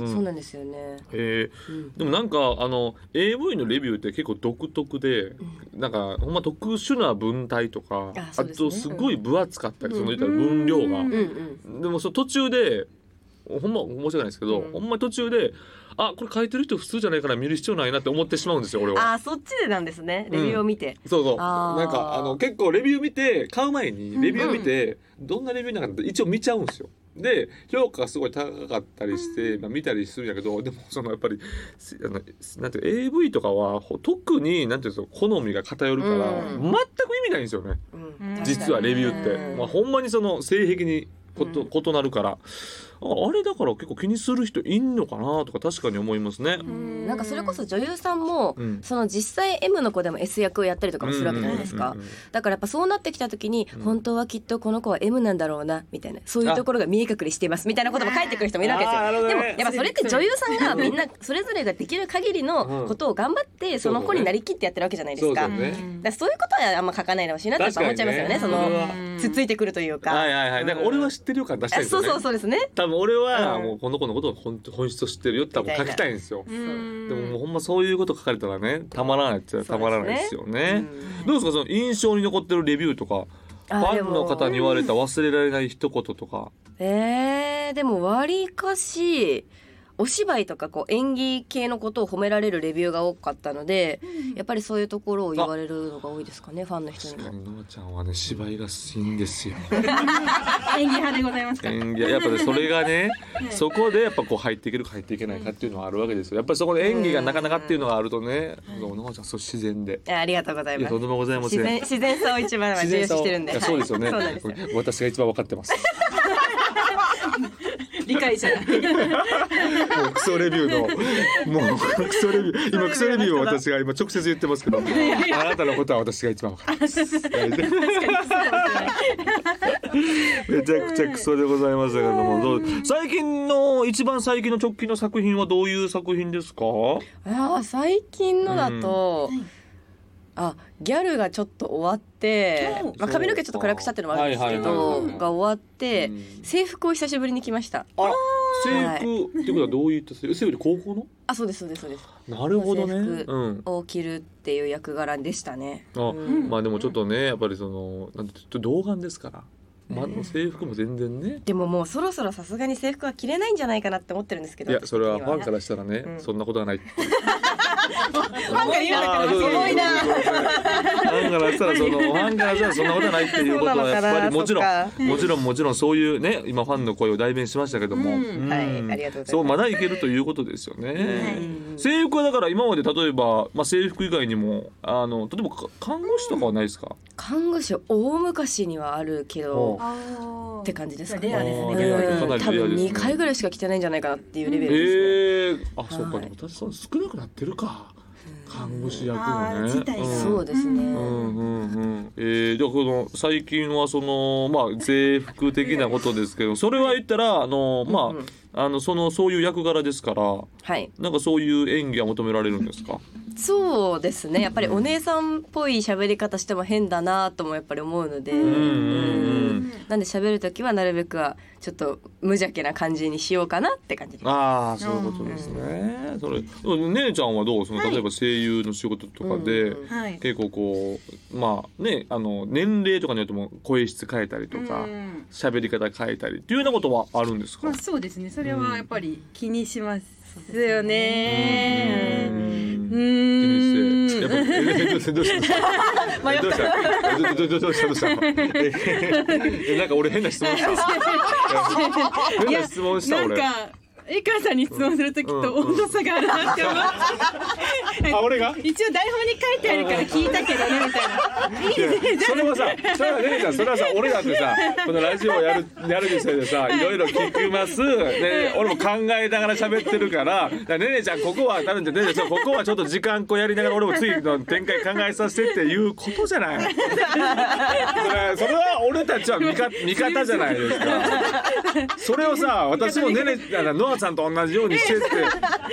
[SPEAKER 1] うん。
[SPEAKER 3] そうなんですよね。
[SPEAKER 1] えー
[SPEAKER 3] うん
[SPEAKER 1] でもなんかあの AV のレビューって結構独特で、なんかほんま特殊な文体とか
[SPEAKER 3] あ
[SPEAKER 1] あ,、
[SPEAKER 3] そうですね
[SPEAKER 1] とすごい分厚かったり、
[SPEAKER 3] うん
[SPEAKER 1] その言ったら分量が、
[SPEAKER 2] うん
[SPEAKER 3] うんうん、
[SPEAKER 1] でもその途中でほんま申し訳ないですけど、
[SPEAKER 3] うん
[SPEAKER 1] ほんま途中であこれ書いてる人普通じゃないから見る必要ないなって思ってしまうんですよ俺は。
[SPEAKER 3] あーそっちでなんですねレビューを見て、
[SPEAKER 1] そうそう
[SPEAKER 3] あー
[SPEAKER 1] なんかあの結構レビュー見て買う前にレビュー見て、どんなレビューなのかって一応見ちゃうんですよ。で評価がすごい高かったりして、まあ、見たりするんやけどでもそのやっぱりすあのすなんていう AV とかはほ特になんていうんですか好みが偏るから、
[SPEAKER 3] う
[SPEAKER 1] 全く
[SPEAKER 3] ん
[SPEAKER 1] 意味ないんですよね
[SPEAKER 3] うん
[SPEAKER 2] うん
[SPEAKER 1] 実はレビューって、
[SPEAKER 3] うん
[SPEAKER 1] まあ、ほんまにその性癖にこと、
[SPEAKER 3] うん
[SPEAKER 1] 異なるからあれだから結構気にする人いんのかなとか確かに思いますね。
[SPEAKER 2] うん
[SPEAKER 3] なんかそれこそ女優さんも、
[SPEAKER 1] うん
[SPEAKER 3] その実際 M の子でも S 役をやったりとかもするわけじゃないですか、
[SPEAKER 1] うんうんうん
[SPEAKER 3] だからやっぱそうなってきた時に、
[SPEAKER 1] うん
[SPEAKER 3] 本当はきっとこの子は M なんだろうなみたいなそういうところが見え隠れしていますみたいなことも書いてくる人もいるわけです
[SPEAKER 1] あーなる
[SPEAKER 3] よ、
[SPEAKER 1] ほどね
[SPEAKER 3] でもやっぱそれって女優さん がみんなそれぞれができる限りのことを頑張ってその子になりきってやってるわけじゃないです
[SPEAKER 1] そう
[SPEAKER 3] か,、
[SPEAKER 1] だね
[SPEAKER 3] だからそういうことはあんま書かないでほしいなってやっぱ思っちゃいますよね
[SPEAKER 1] 確
[SPEAKER 3] そ
[SPEAKER 1] かにね
[SPEAKER 3] の
[SPEAKER 2] うん
[SPEAKER 3] つっついてくるというか、
[SPEAKER 1] はいはいはい。だから俺は知ってるよ感出したいんです
[SPEAKER 3] そ
[SPEAKER 1] よ
[SPEAKER 3] う
[SPEAKER 1] ね。
[SPEAKER 3] そうそうですね
[SPEAKER 1] 多分俺は
[SPEAKER 3] うん
[SPEAKER 1] もうこの子のことを本本質を知ってるよって多分書きたいんですよ。
[SPEAKER 2] うん
[SPEAKER 1] でももうほんまそういうこと書かれたらねたまらないっちゃたまらないですよね。
[SPEAKER 3] うん
[SPEAKER 1] どうですかその印象に残ってるレビューとかフ
[SPEAKER 3] あ
[SPEAKER 1] ァ
[SPEAKER 3] で
[SPEAKER 1] ン
[SPEAKER 3] も
[SPEAKER 1] の方に言われた忘れられない一言とか。
[SPEAKER 3] えー、でもわりかしお芝居とかこう演技系のことを褒められるレビューが多かったのでやっぱりそういうところを言われるのが多いですかねファンの人
[SPEAKER 1] 確
[SPEAKER 3] に
[SPEAKER 1] か
[SPEAKER 3] も。
[SPEAKER 1] にのあちゃんはね芝居がいいん ですよ。
[SPEAKER 2] 演技派でございますか。
[SPEAKER 1] 演技やっぱねそれが ねそこでやっぱこう入っていけるか入っていけないかっていうのはあるわけですよ。やっぱりそこで演技がなかなかっていうのがあるとね。そうのあちゃんそう自然で。
[SPEAKER 3] あありがとうござ
[SPEAKER 1] い
[SPEAKER 3] い
[SPEAKER 1] や
[SPEAKER 3] ます
[SPEAKER 1] とんでもございません。
[SPEAKER 3] 自然自然さを一番は
[SPEAKER 1] 自
[SPEAKER 3] 重
[SPEAKER 1] 然
[SPEAKER 3] 視
[SPEAKER 1] さを
[SPEAKER 3] してるんで
[SPEAKER 1] いやそうですよね
[SPEAKER 3] はいそうなんですよ
[SPEAKER 1] 私が一番分かってます
[SPEAKER 2] 理解者が。
[SPEAKER 1] もうクソレビューのもうクソレビュー今クソレビューを私が今直接言ってますけどあなたのことは私が一番分かりますめちゃくちゃクソでございましたけどもどう最近の一番最近の直近の作品はどういう作品ですか
[SPEAKER 3] ああ最近のだと、
[SPEAKER 2] うん
[SPEAKER 3] あギャルがちょっと終わって
[SPEAKER 2] おう、
[SPEAKER 3] まあ、髪の毛ちょっと暗くしたっていうのもあるんですけ
[SPEAKER 1] はいはいはい
[SPEAKER 3] ど
[SPEAKER 1] はい
[SPEAKER 3] が終わって
[SPEAKER 1] うん
[SPEAKER 3] 制服を久しぶりに着ました
[SPEAKER 1] あら制服ってことはどういった制服制服で高校の
[SPEAKER 3] あそうですそうですそうです
[SPEAKER 1] なるほどね
[SPEAKER 3] 制服
[SPEAKER 1] うん
[SPEAKER 3] を着るっていう役柄でしたね。
[SPEAKER 1] あ
[SPEAKER 3] うん
[SPEAKER 1] まあでもちょっとねやっぱりそのなんてちょっと童顔ですからまあ制服も全然ね
[SPEAKER 3] でももうそろそろさすがに制服は着れないんじゃないかなって思ってるんですけど
[SPEAKER 1] いやそれはファンかららしたらね、
[SPEAKER 3] うん
[SPEAKER 1] そんなことはない。
[SPEAKER 3] ファンが言うんだけどすごいな
[SPEAKER 1] あーそうそうそうそうファンからしたらそのファン からしたらそんなことはないっていうことはやっぱりもちろん。もちろんもちろんそういうね今ファンの声を代弁しましたけども、
[SPEAKER 2] うん
[SPEAKER 1] うん
[SPEAKER 3] はいありがとうございます
[SPEAKER 1] そうまだいけるということですよ
[SPEAKER 2] う
[SPEAKER 1] ね。
[SPEAKER 3] ん
[SPEAKER 1] 制服はだから今まで例えばまあ制服以外にもあの例えばか看護師とかはないですか。
[SPEAKER 3] 看護師は大昔にはあるけど
[SPEAKER 1] あ
[SPEAKER 3] って感じですか
[SPEAKER 2] レアです
[SPEAKER 1] あ
[SPEAKER 2] ね。
[SPEAKER 1] ーレアです
[SPEAKER 3] う
[SPEAKER 1] かなんり
[SPEAKER 3] 多
[SPEAKER 1] レア
[SPEAKER 3] 分
[SPEAKER 1] ですね
[SPEAKER 3] 2回ぐらいしか着てないんじゃないかなっていうレベルです
[SPEAKER 1] え
[SPEAKER 3] ね
[SPEAKER 1] えあそうか
[SPEAKER 3] はい
[SPEAKER 1] でも私そう少なくなってるか看護師役
[SPEAKER 2] あ
[SPEAKER 1] の
[SPEAKER 2] ー
[SPEAKER 1] ね。
[SPEAKER 2] 自体が
[SPEAKER 1] ん
[SPEAKER 3] そうですね
[SPEAKER 1] うんうんうん、えー、じゃあこの最近はそのまあ制服的なことです けどそれは言ったらあのま
[SPEAKER 3] うんうん
[SPEAKER 1] ああのそのそういう役柄ですから
[SPEAKER 3] はい
[SPEAKER 1] なんかそういう演技は求められるんですか
[SPEAKER 3] そうですねやっぱりお姉さんっぽい喋り方しても変だなともやっぱり思うので
[SPEAKER 2] うん
[SPEAKER 1] うん
[SPEAKER 3] うんなんで喋る時はなるべくはちょっと無邪気な感じにしようかなって感じです
[SPEAKER 1] ああそういうことですねそれ姉ちゃんはどうその
[SPEAKER 2] はい
[SPEAKER 1] 例えば声優の仕事とかで、
[SPEAKER 3] うん
[SPEAKER 2] はい。
[SPEAKER 1] 結構こうまあねあの年齢とかによっても声質変えたりとか
[SPEAKER 2] うん
[SPEAKER 1] 喋り方変えたりっていうようなことはあるんですか
[SPEAKER 2] まあ、そうですね。それはやっぱり気にしますよね。
[SPEAKER 1] うん
[SPEAKER 2] う
[SPEAKER 1] 気にして。やっぱ
[SPEAKER 2] ん。
[SPEAKER 1] えどうしたどうした。どうした。どうしたどうしたどうした。えなんか俺変な質問した。変な質問した
[SPEAKER 2] なん
[SPEAKER 1] 俺。あ
[SPEAKER 2] か。えかさんに質問するときと温度差があるなって思って、
[SPEAKER 1] 俺が。
[SPEAKER 2] 一応台本に書いてあるから聞いたけどねみたいな。
[SPEAKER 1] いやそれはさ、それはねえちゃん、それはさ、俺だってさ、このラジオやる、やるにせいでさ、いろいろ聞きます。ね、俺も考えながら喋ってるから、だからねねちゃん、ここは、多分ねねちゃん、ここはちょっと時間こうやりながら、俺も次の展開考えさせてっていうことじゃない。それ、それは俺たちは味 方、味方じゃないですか。それをさ、私もねね、あの、ノアちゃんと同じようにしてって。そ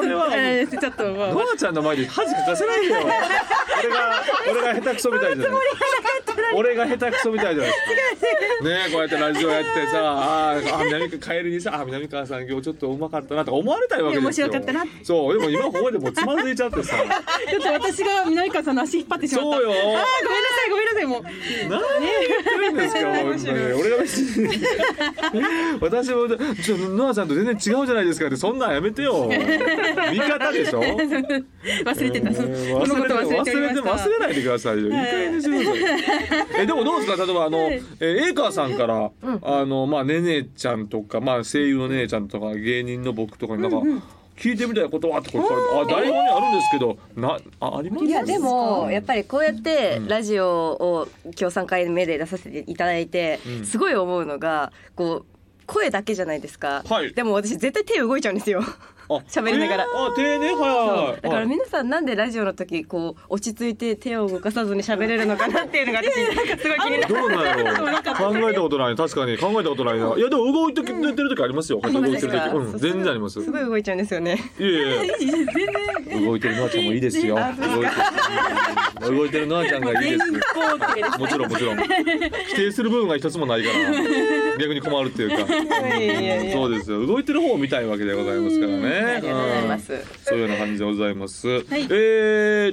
[SPEAKER 1] れは。
[SPEAKER 2] えーちょっともう
[SPEAKER 1] ノアちゃんの前で恥かかせないでよ。俺が俺が下手くそみたいじゃない。俺が下手くそみたいじゃないですか。ねえこうやってラジオやってさ、あーあ南川帰りにさ、あ南川さん今日ちょっとうまかったなとか思われたいわけですよ。
[SPEAKER 2] 面白かったな。
[SPEAKER 1] そうでも今ここでもうつまずいち ゃってさ。
[SPEAKER 2] ちょっと私が南川さんの足引っ張ってしまった。
[SPEAKER 1] そうよ
[SPEAKER 2] あーごめんなさいごめんなさいもう。
[SPEAKER 1] 何言ってるんですか本当に。俺が別に私もちょノアちゃんと全然違うじゃないですかってそんなんやめてよ。 味方でしょ。
[SPEAKER 2] 忘れてた。そ
[SPEAKER 1] えー
[SPEAKER 2] そのことを忘れておりました。
[SPEAKER 1] 忘れて忘れないでくださいよ。いい加減にしろよ。えでもどうですか例えばあの、えー、エイカーさんから、あのまあねねちゃんとかまあ声優のねねちゃんとか芸人の僕とかになんか、聞いてみたいことはってこれあ台本にあるんですけどなああります。
[SPEAKER 3] いやでもやっぱりこうやってラジオを今日3回目で出させていただいて
[SPEAKER 1] うん
[SPEAKER 3] すごい思うのがこう声だけじゃないですか、
[SPEAKER 1] はい
[SPEAKER 3] でも私絶対手動いちゃうんですよ
[SPEAKER 1] あ
[SPEAKER 3] 喋りながら
[SPEAKER 1] えーあ丁寧はい
[SPEAKER 3] そ
[SPEAKER 1] う
[SPEAKER 3] だから
[SPEAKER 1] はい
[SPEAKER 3] 皆さんなんでラジオの時こう落ち着いて手を動かさずに喋れるのかなっていうのが私すごい気になる
[SPEAKER 1] どうなんやろう考えたことない考えたことない確かに考えたことないないやでも動いてきてる時ありますよ、動いてる時、
[SPEAKER 3] あります
[SPEAKER 1] うん、全然ありますい
[SPEAKER 3] すごい動いちゃうんですよね
[SPEAKER 1] えいえ
[SPEAKER 4] 全然
[SPEAKER 1] 動いてるのあちゃんもいいですよ。動いてるのあちゃんがいいです。もちろんもちろん。否定する部分が一つもない から逆に困るっていうか。
[SPEAKER 3] いやいやいや
[SPEAKER 1] そうですよ。動いてる方を見たいわけでございますからね。
[SPEAKER 3] ありがとうございま
[SPEAKER 1] う
[SPEAKER 3] す
[SPEAKER 1] んそういうような感じでございます。
[SPEAKER 2] い
[SPEAKER 1] え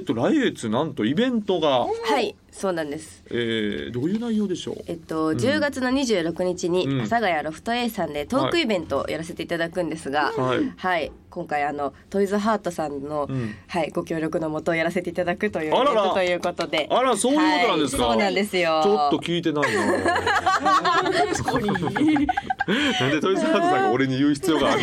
[SPEAKER 1] ーっと来月なんとイベントが、
[SPEAKER 3] はいそうなんです
[SPEAKER 1] えー、どういう内容でしょう。
[SPEAKER 3] えっと、10月の26日に
[SPEAKER 1] うん
[SPEAKER 3] 阿佐ヶ谷ロフト A さんでトークイベントをやらせていただくんですが、
[SPEAKER 1] はい
[SPEAKER 3] はい、今回あのトイズハートさんの、
[SPEAKER 1] うん
[SPEAKER 3] はい、ご協力のもとやらせていただくというイベ
[SPEAKER 1] あ
[SPEAKER 3] ン
[SPEAKER 1] らら
[SPEAKER 3] トということで
[SPEAKER 1] あらそういうことなんですか。
[SPEAKER 3] はいそうなんですよ
[SPEAKER 1] ちょっと聞いてないな。なんでトイズハートさんが俺に言う必要があ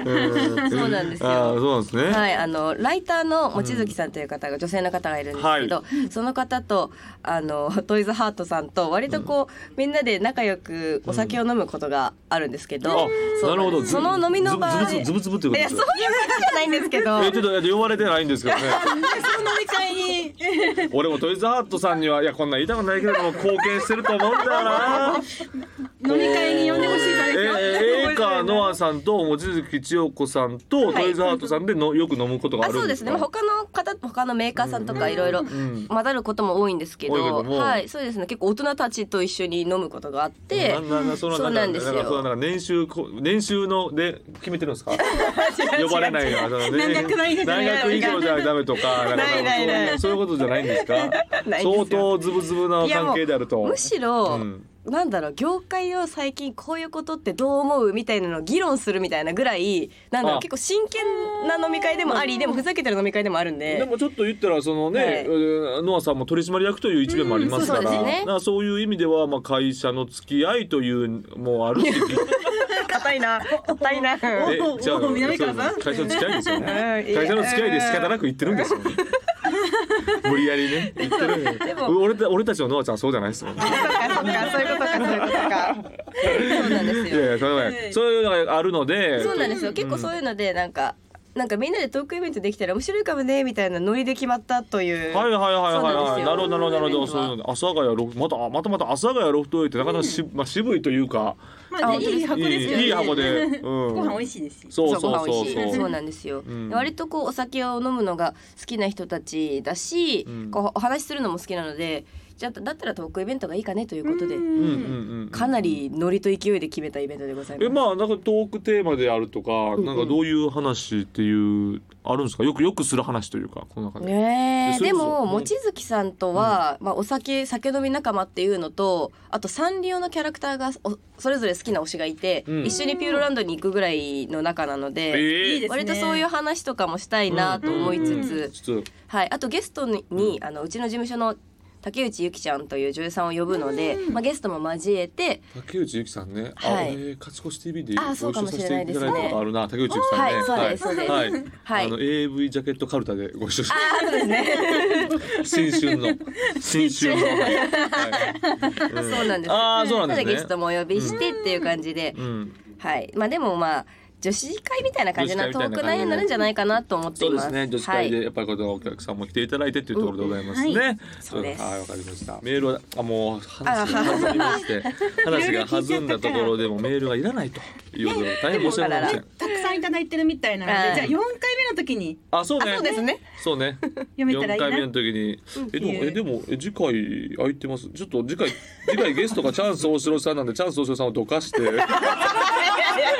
[SPEAKER 1] るの
[SPEAKER 3] そうなんですよ
[SPEAKER 1] あーそうなんですね。
[SPEAKER 3] はい、あのライターの望月さんという方が、女性の方がいるんですけど、
[SPEAKER 1] は
[SPEAKER 3] その方とあのトイズハートさんと割とこう、みんなで仲良くお酒を飲むことがあるんですけど、
[SPEAKER 1] あ、
[SPEAKER 3] そう
[SPEAKER 1] なるほど。
[SPEAKER 3] その飲みの場合
[SPEAKER 1] ズブズブズブズブ
[SPEAKER 3] い
[SPEAKER 1] ってこ
[SPEAKER 3] やそ
[SPEAKER 1] と
[SPEAKER 3] うい
[SPEAKER 1] で
[SPEAKER 3] う
[SPEAKER 1] す
[SPEAKER 3] わ
[SPEAKER 1] よ。
[SPEAKER 3] けじゃないんですけど
[SPEAKER 1] えー、ちょっとだって呼ばれてないんですけどね。
[SPEAKER 4] その飲み会に
[SPEAKER 1] 俺もトイズハートさんにはいやこんなん言いたくないけれども貢献してると思うんだよな。
[SPEAKER 2] 飲み会に呼んでほしいからで
[SPEAKER 1] え
[SPEAKER 2] すよ。
[SPEAKER 1] ー、エイカノアさんと望月千代子さんと
[SPEAKER 3] はい
[SPEAKER 1] トイズハートさんでのよく飲むことがあ
[SPEAKER 3] あ
[SPEAKER 1] る
[SPEAKER 3] そうんで
[SPEAKER 1] ですす
[SPEAKER 3] ね
[SPEAKER 1] か。
[SPEAKER 3] まあ他の方他のメーカーさんとかいろいろ
[SPEAKER 1] ん
[SPEAKER 3] 混ざることも多いんですけど,、
[SPEAKER 1] 多いけども
[SPEAKER 3] はいそうですね結構大人たちと一緒に飲むことがあって
[SPEAKER 1] なんなんなんその
[SPEAKER 3] そうなんですよ
[SPEAKER 1] だからそうなんか年収こ年収ので決めてるんですか。呼ばれないが
[SPEAKER 4] 何額ないですね
[SPEAKER 1] 何額以上じゃダメとかんか
[SPEAKER 3] ないないない
[SPEAKER 1] そうそういうことじゃないんですか。
[SPEAKER 3] ないですよ
[SPEAKER 1] 相当ズブズブない
[SPEAKER 3] やもう
[SPEAKER 1] 関係であると。
[SPEAKER 3] むしろ、
[SPEAKER 1] うん
[SPEAKER 3] なんだろう業界を最近こういうことってどう思うみたいなのを議論するみたいなぐらいなんだろ
[SPEAKER 1] あ
[SPEAKER 3] う結構真剣な飲み会でもありでもふざけてる飲み会でもあるんで
[SPEAKER 1] でもちょっと言ったらそのね、
[SPEAKER 3] はい
[SPEAKER 1] えーノアさんも取締役という一面もありますから、
[SPEAKER 3] うんそうですね
[SPEAKER 1] だからそういう意味ではまあ会社の付き合いというもあるし、
[SPEAKER 3] 硬いな硬いな。
[SPEAKER 1] え
[SPEAKER 4] お
[SPEAKER 1] じゃあ
[SPEAKER 4] お南川さん
[SPEAKER 1] そう会社の付き合いですよね。
[SPEAKER 3] うん
[SPEAKER 1] 会社の付き合いで仕方なく言ってるんですよ ね。無理やりね言ってるよね。俺た俺たちのノアちゃんはそうじゃないですもんね。
[SPEAKER 3] そっかそっかそういうことかそういうことか。そうなんです
[SPEAKER 1] い
[SPEAKER 3] よ。
[SPEAKER 1] やいやそれは
[SPEAKER 4] は
[SPEAKER 1] ね
[SPEAKER 4] い
[SPEAKER 1] そういうのがあるので。
[SPEAKER 3] そうなんですよ。結構そういうのでなんかなんかみんなでトークイベントできたら面白いかもねみたいなノリで決まったという。
[SPEAKER 1] はいはいはいはい
[SPEAKER 3] そうなん
[SPEAKER 1] は
[SPEAKER 3] で
[SPEAKER 1] い。
[SPEAKER 3] す
[SPEAKER 1] な
[SPEAKER 3] よ
[SPEAKER 1] るほどなるほどなるほど。そういうので阿佐ヶ谷ロフまたあまたまた阿佐ヶ谷ロフトウェイってなかなかしまあ渋いというか
[SPEAKER 4] まあねいい箱
[SPEAKER 1] い
[SPEAKER 4] ですよ
[SPEAKER 1] い
[SPEAKER 4] ね
[SPEAKER 1] いい箱で。うん
[SPEAKER 4] ご飯美味しいですし
[SPEAKER 1] そうそう
[SPEAKER 3] ご飯美
[SPEAKER 1] そう
[SPEAKER 3] 味しい
[SPEAKER 1] そう。
[SPEAKER 3] そうなんですよ、
[SPEAKER 1] うん
[SPEAKER 3] 割とこうお酒を飲むのが好きな人たちだし、
[SPEAKER 1] うん
[SPEAKER 3] こうお話しするのも好きなのでじゃあだったらトークイベントがいいかねということで、
[SPEAKER 1] うんうんうん、
[SPEAKER 3] かなりノリと勢いで決めたイベントでございます
[SPEAKER 1] えまあなんかトークテーマであるとか、
[SPEAKER 3] ん
[SPEAKER 1] なんかどういう話っていうあるんですかよくよくする話というかこの中で、
[SPEAKER 3] ねえ
[SPEAKER 1] それ
[SPEAKER 3] で
[SPEAKER 1] こそ
[SPEAKER 3] も
[SPEAKER 1] うん
[SPEAKER 3] 望月さんとは、まあ、お酒酒飲み仲間っていうのとあとサンリオのキャラクターがおそれぞれ好きな推しがいて、
[SPEAKER 1] うん
[SPEAKER 3] 一緒にピューロランドに行くぐらいの仲なの
[SPEAKER 1] え
[SPEAKER 3] で、
[SPEAKER 4] いいですね
[SPEAKER 3] 割とそういう話とかもしたいなと思いつつ、
[SPEAKER 1] ちょっと
[SPEAKER 3] はい、あとゲストに、
[SPEAKER 1] う
[SPEAKER 3] あのうちの事務所の竹内ゆきちゃんという女優さんを呼ぶので、まあ、ゲストも交えて
[SPEAKER 1] 竹内ゆきさんね、
[SPEAKER 3] は
[SPEAKER 1] あ、
[SPEAKER 3] い
[SPEAKER 1] えー、勝ち越し TV で
[SPEAKER 3] あ
[SPEAKER 1] ご一
[SPEAKER 3] そうか
[SPEAKER 1] 緒
[SPEAKER 3] も
[SPEAKER 1] させ
[SPEAKER 3] し
[SPEAKER 1] て
[SPEAKER 3] れないい
[SPEAKER 1] た
[SPEAKER 3] で
[SPEAKER 1] だ
[SPEAKER 3] すね
[SPEAKER 1] いたことあるな竹内ゆきさんね
[SPEAKER 3] はいそうですそうです
[SPEAKER 1] はい、
[SPEAKER 3] はい
[SPEAKER 1] あの AV ジャケットカルタでご一緒して
[SPEAKER 3] あそうですね
[SPEAKER 1] 新春 の新春の、はい
[SPEAKER 3] そうなんです
[SPEAKER 1] あーそうなんですね
[SPEAKER 3] のゲストもお呼びしてっていう感じで、
[SPEAKER 1] うん、
[SPEAKER 3] はいまあでもまあ女子会みたいな感じな
[SPEAKER 1] 女子
[SPEAKER 3] ト
[SPEAKER 1] 会
[SPEAKER 3] ー
[SPEAKER 1] みたいな感じで
[SPEAKER 3] ク内容になるんじゃないかなと思って
[SPEAKER 1] そ
[SPEAKER 3] いう
[SPEAKER 1] で
[SPEAKER 3] ますす
[SPEAKER 1] ね女子会でやっぱりこのお客さんも来ていただいてっていうところでございますね、
[SPEAKER 2] は
[SPEAKER 3] そうです
[SPEAKER 1] はいわかりましたメールはあもう
[SPEAKER 3] あ
[SPEAKER 1] 話が弾みまして話が弾んだところでもメールがいらないということで大変申し訳ありません
[SPEAKER 2] たくさんいただいてるみたいなの
[SPEAKER 3] はい
[SPEAKER 2] で、じゃあ4回目の時に
[SPEAKER 1] あそうね
[SPEAKER 3] はい、そうですね
[SPEAKER 1] そうね
[SPEAKER 2] 読めたらいいな
[SPEAKER 1] 4回目の時にえでもえでもえ次回空いてますちょっと次回次回ゲストがチャンス大城さんなんでチャンス大城さんをどかして
[SPEAKER 2] いなくなっ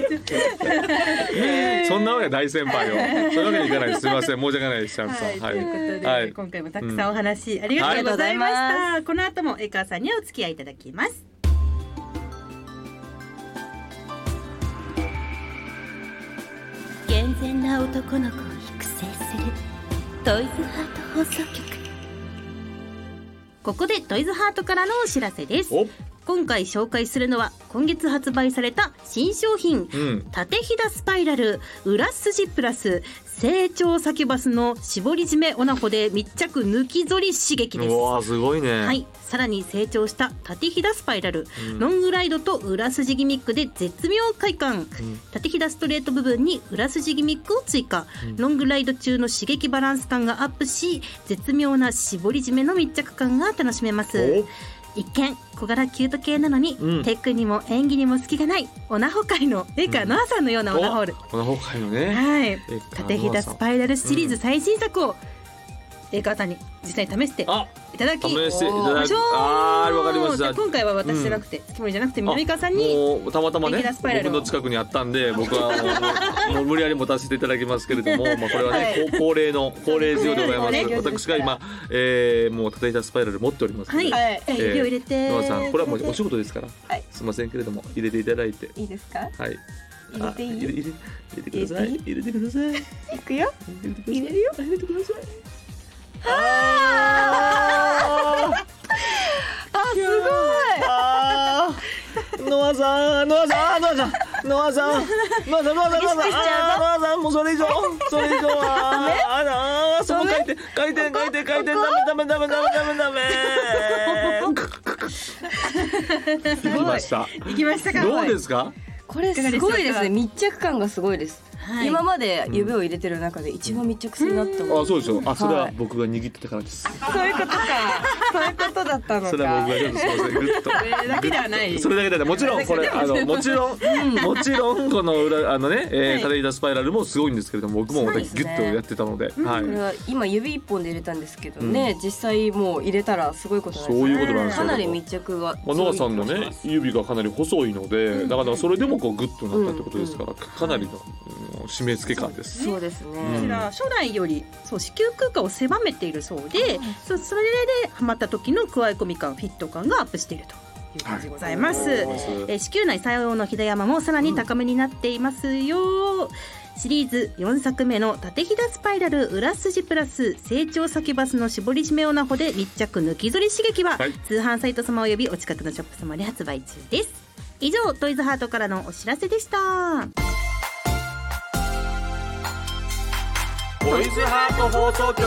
[SPEAKER 2] ちゃう。
[SPEAKER 1] そんなわけ大先輩をそういうわけにいかないですすみません申し訳ないですチャンスさん
[SPEAKER 2] はい、ということで、
[SPEAKER 1] はい
[SPEAKER 2] 今回もたくさんお話、ありがとうございました、この後も江川さんにはお付き合いいただきます
[SPEAKER 5] 健全な男の子を育成するトイズハート放送局
[SPEAKER 2] ここでトイズハートからのお知らせです
[SPEAKER 1] お
[SPEAKER 2] 今回紹介するのは今月発売された新商品
[SPEAKER 1] うん
[SPEAKER 2] 縦ひだスパイラル裏筋プラス
[SPEAKER 5] 成長先バスの絞り締めおなほで密着抜き反り刺激です
[SPEAKER 1] うわーすごいね。
[SPEAKER 5] はい、さらに成長した縦ひだスパイラル、
[SPEAKER 1] うん
[SPEAKER 5] ロングライドと裏筋ギミックで絶妙快感、縦ひだストレート部分に裏筋ギミックを追加、ロングライド中の刺激バランス感がアップし絶妙な絞り締めの密着感が楽しめます一見小柄キュート系なのに、
[SPEAKER 1] うん
[SPEAKER 5] テックにも演技にも隙がないオナホ界の江川ノアさんのようなオナホール、
[SPEAKER 1] この方回のね。
[SPEAKER 5] はい
[SPEAKER 1] え
[SPEAKER 5] 縦ひだスパイラルシリーズ最新作を江川さんに実際に試して
[SPEAKER 1] あ、
[SPEAKER 5] いただき
[SPEAKER 1] 試していた
[SPEAKER 5] あ
[SPEAKER 1] だき。あーわかりました。
[SPEAKER 5] 今回は私じゃなくて、つもりじゃなくて南川さんに
[SPEAKER 1] もうたまたまね
[SPEAKER 5] テキーラスパイラル
[SPEAKER 1] 僕
[SPEAKER 5] を
[SPEAKER 1] の近くにあったんで僕はもうもう無理やり持たせていただきますけれ ども、まあ、これはね、
[SPEAKER 2] はい
[SPEAKER 1] こう恒例の恒例事業でございます、
[SPEAKER 2] 恒例行事で
[SPEAKER 1] 私
[SPEAKER 2] すか
[SPEAKER 1] が
[SPEAKER 2] ら
[SPEAKER 1] 今、えー、もうたたいたスパイラル持っておりますので、
[SPEAKER 5] はい
[SPEAKER 2] はい。
[SPEAKER 1] えー
[SPEAKER 5] 手を入れて
[SPEAKER 1] ノアさんこれはもうお仕事ですから、
[SPEAKER 2] はい
[SPEAKER 1] すいませんけれども入れていただいて
[SPEAKER 2] いいですか？
[SPEAKER 1] はい
[SPEAKER 2] 入れていい
[SPEAKER 1] あ入れ入れ入れてください入れてください
[SPEAKER 2] いくよ。入れるよ。入れてください。
[SPEAKER 1] あーノアさんノアさんノアさんノアさんノアさんノアさんノアさんあーノアさんもうそれ以上それ以上はあらあーそこ回転回転回転回転ダメダメダメダメダメダメできました
[SPEAKER 2] 行きましたか。
[SPEAKER 1] どうですか
[SPEAKER 3] これすごいですね密着感がすごいです、
[SPEAKER 5] はい
[SPEAKER 3] 今まで指を入れてる中で一番密着するなって思う
[SPEAKER 1] あそうですよあそれ
[SPEAKER 3] は
[SPEAKER 1] はい僕が握ってたからです
[SPEAKER 2] そういうことか。そういうことだったのか。
[SPEAKER 1] それは僕がちょっとすいませんグッと
[SPEAKER 2] それだけではない。
[SPEAKER 1] それだけだねもちろんこれあのもちろんもちろんこの裏あのね、えー、タレイダスパイラルもすごいんですけれども僕もまたギュッとやってたのではい
[SPEAKER 3] これは今指一本で入れたんですけどね、実際もう入れたらすごいことなんです
[SPEAKER 1] そういう
[SPEAKER 3] ね
[SPEAKER 1] ことなんですよ
[SPEAKER 3] かなり密着が
[SPEAKER 1] まあ、ノアさんのね指がかなり細いので、だからそれでもこうグッとなったってことですから、かかなりの、うん締め付け感です。
[SPEAKER 3] そうですね、
[SPEAKER 5] こちら初代よりそう子宮空間を狭めているそうでそそれではまった時の加え込み感フィット感がアップしているという感じでございます、えー子宮内採用のひだ山もさらに高めになっていますよ、シリーズ4作目の縦ひだスパイラル裏筋プラス成長先バスの絞り締めオナホで密着抜き反り刺激は、
[SPEAKER 1] はい
[SPEAKER 5] 通販サイト様およびお近くのショップ様で発売中です以上トイズハートからのお知らせでした
[SPEAKER 1] ボイズハート放送局。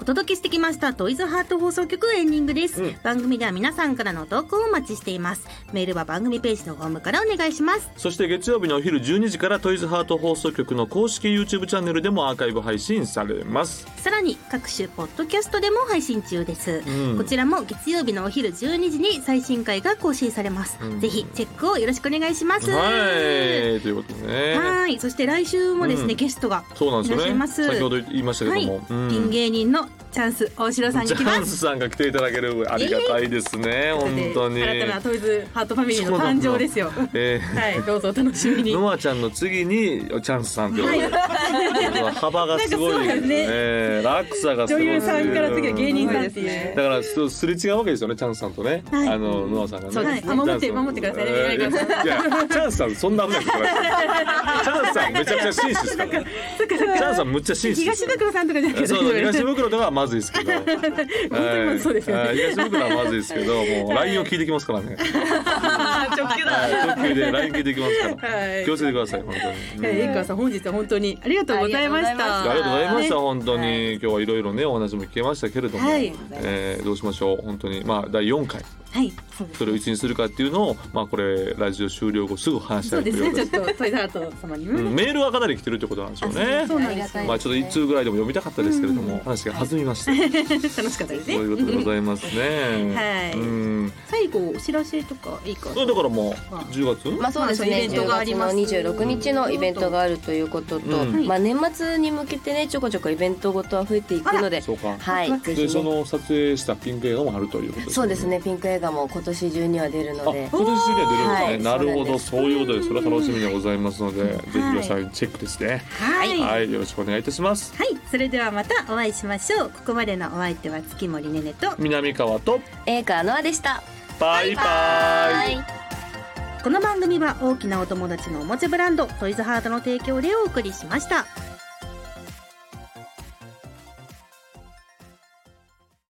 [SPEAKER 5] お届けしてきましたトイズハート放送局エンディングです、
[SPEAKER 1] うん
[SPEAKER 5] 番組では皆さんからの投稿をお待ちしていますメールは番組ページのホームからお願いします
[SPEAKER 1] そして月曜日のお昼12時からトイズハート放送局の公式 YouTube チャンネルでもアーカイブ配信されます。
[SPEAKER 5] さらに各種ポッドキャストでも配信中です、
[SPEAKER 1] うん
[SPEAKER 5] こちらも月曜日のお昼12時に最新回が更新されます、
[SPEAKER 1] うん
[SPEAKER 5] ぜひチェックをよろしくお願いします
[SPEAKER 1] はい、ということでね。
[SPEAKER 5] はいそして来週もですね、
[SPEAKER 1] うん
[SPEAKER 5] ゲストが
[SPEAKER 1] そうなんです
[SPEAKER 5] いらっしゃ
[SPEAKER 1] よ
[SPEAKER 5] いま
[SPEAKER 1] ね。
[SPEAKER 5] す
[SPEAKER 1] 先ほど言いました
[SPEAKER 5] は
[SPEAKER 1] け
[SPEAKER 5] い、
[SPEAKER 1] ども、うん
[SPEAKER 5] ピン芸人のチャンス大城さん
[SPEAKER 1] ジ
[SPEAKER 5] に来ま
[SPEAKER 1] ャンス
[SPEAKER 5] す
[SPEAKER 1] さんが来ていただけるありがたいですね。本当に。
[SPEAKER 5] 新たなトイズハートファミリーの誕生ですよ
[SPEAKER 1] えー
[SPEAKER 5] はいどうぞお楽しみに
[SPEAKER 1] ノアちゃんの次にチャンスさんということで幅がすごい
[SPEAKER 5] なんかそ
[SPEAKER 1] で
[SPEAKER 5] うですす
[SPEAKER 1] ね
[SPEAKER 5] ね
[SPEAKER 1] 落差がすご
[SPEAKER 2] 女
[SPEAKER 1] い
[SPEAKER 2] 優さんから次は芸人さんって
[SPEAKER 5] すごいです
[SPEAKER 2] いう
[SPEAKER 5] ね。
[SPEAKER 1] だからそうすれ違うわけですよねチャンスさんとね、
[SPEAKER 5] はい
[SPEAKER 1] あのノアさんがね
[SPEAKER 5] そうですね
[SPEAKER 1] チャンさん
[SPEAKER 5] あ守って守ってくださいね
[SPEAKER 1] えーいやいやチャンスさんそんな危ないことないですチャンスさんめちゃくちゃ紳士ですからチャンスさんむっちゃ紳士です
[SPEAKER 5] 東袋さんとかじゃなく
[SPEAKER 1] そう
[SPEAKER 5] て
[SPEAKER 1] そう東袋とかはまずいですけど
[SPEAKER 5] 当にそうですよね
[SPEAKER 1] はい東袋はまずいですけどもう LINE を聞いてきますから ね
[SPEAKER 2] あ直球だ。
[SPEAKER 1] はい特急で LINE 聞いてきますから、
[SPEAKER 5] はい
[SPEAKER 1] 気をつけてください本当に、
[SPEAKER 5] えー、江川さん本日は本当にありがとうございまし
[SPEAKER 3] あ
[SPEAKER 1] ありがとうございました、
[SPEAKER 5] ね
[SPEAKER 1] 本当に、今日はいろいろねお話も聞けましたけれども、
[SPEAKER 5] はい
[SPEAKER 1] えーどうしましょう本当にまあ第4回
[SPEAKER 5] はい、
[SPEAKER 1] それをいつにするかっていうのをまあこれラジオ終了後すぐ話し
[SPEAKER 5] そ
[SPEAKER 1] た
[SPEAKER 5] う
[SPEAKER 1] いと
[SPEAKER 5] で
[SPEAKER 1] い
[SPEAKER 5] す
[SPEAKER 1] うこと
[SPEAKER 5] ね。ち
[SPEAKER 1] で
[SPEAKER 5] ょっとトイザハート様に
[SPEAKER 1] う
[SPEAKER 5] も
[SPEAKER 1] んメールはかなり来てるってことなんでしょうね
[SPEAKER 5] そうなんですよ。
[SPEAKER 1] まあちょっと1通ぐらいでも読みたかったですけれども、話が弾みました、
[SPEAKER 5] 楽しかったです
[SPEAKER 1] そう
[SPEAKER 5] ね。
[SPEAKER 1] いうことでございますね
[SPEAKER 5] はい
[SPEAKER 1] うん
[SPEAKER 5] 最後お知らせとかいいかな。
[SPEAKER 1] それだからもう10月、
[SPEAKER 3] まあそうですね、
[SPEAKER 5] まあそういうイベントがあります
[SPEAKER 3] 10月の26日のイベントがあるということと、
[SPEAKER 1] うん
[SPEAKER 3] まあ年末に向けてねちょこちょこイベントごとは増えていくので
[SPEAKER 1] そうか、
[SPEAKER 3] はい
[SPEAKER 1] で
[SPEAKER 3] ぜひ
[SPEAKER 1] そ
[SPEAKER 3] ね
[SPEAKER 1] の撮影したピンク映画もあるということですね
[SPEAKER 3] そうですねピンク映画も今年中には出る
[SPEAKER 1] あ
[SPEAKER 3] の
[SPEAKER 1] 今
[SPEAKER 3] で
[SPEAKER 1] 年中には出るんですね、
[SPEAKER 3] はい
[SPEAKER 1] なるほど
[SPEAKER 3] そ
[SPEAKER 1] そういうことですそれは楽しみでございますので、ぜひ皆さんチェックですね
[SPEAKER 5] はい。
[SPEAKER 1] は
[SPEAKER 5] はい
[SPEAKER 1] いよろしくお願いいたします
[SPEAKER 5] それではまたお会いしましょう。ここまでのお相手は月森ねねと。
[SPEAKER 1] 南川と
[SPEAKER 3] 映画ノアでした
[SPEAKER 1] バイバイ
[SPEAKER 5] この番組は大きなお友達のおもちゃブランドトイズハートの提供でお送りしました。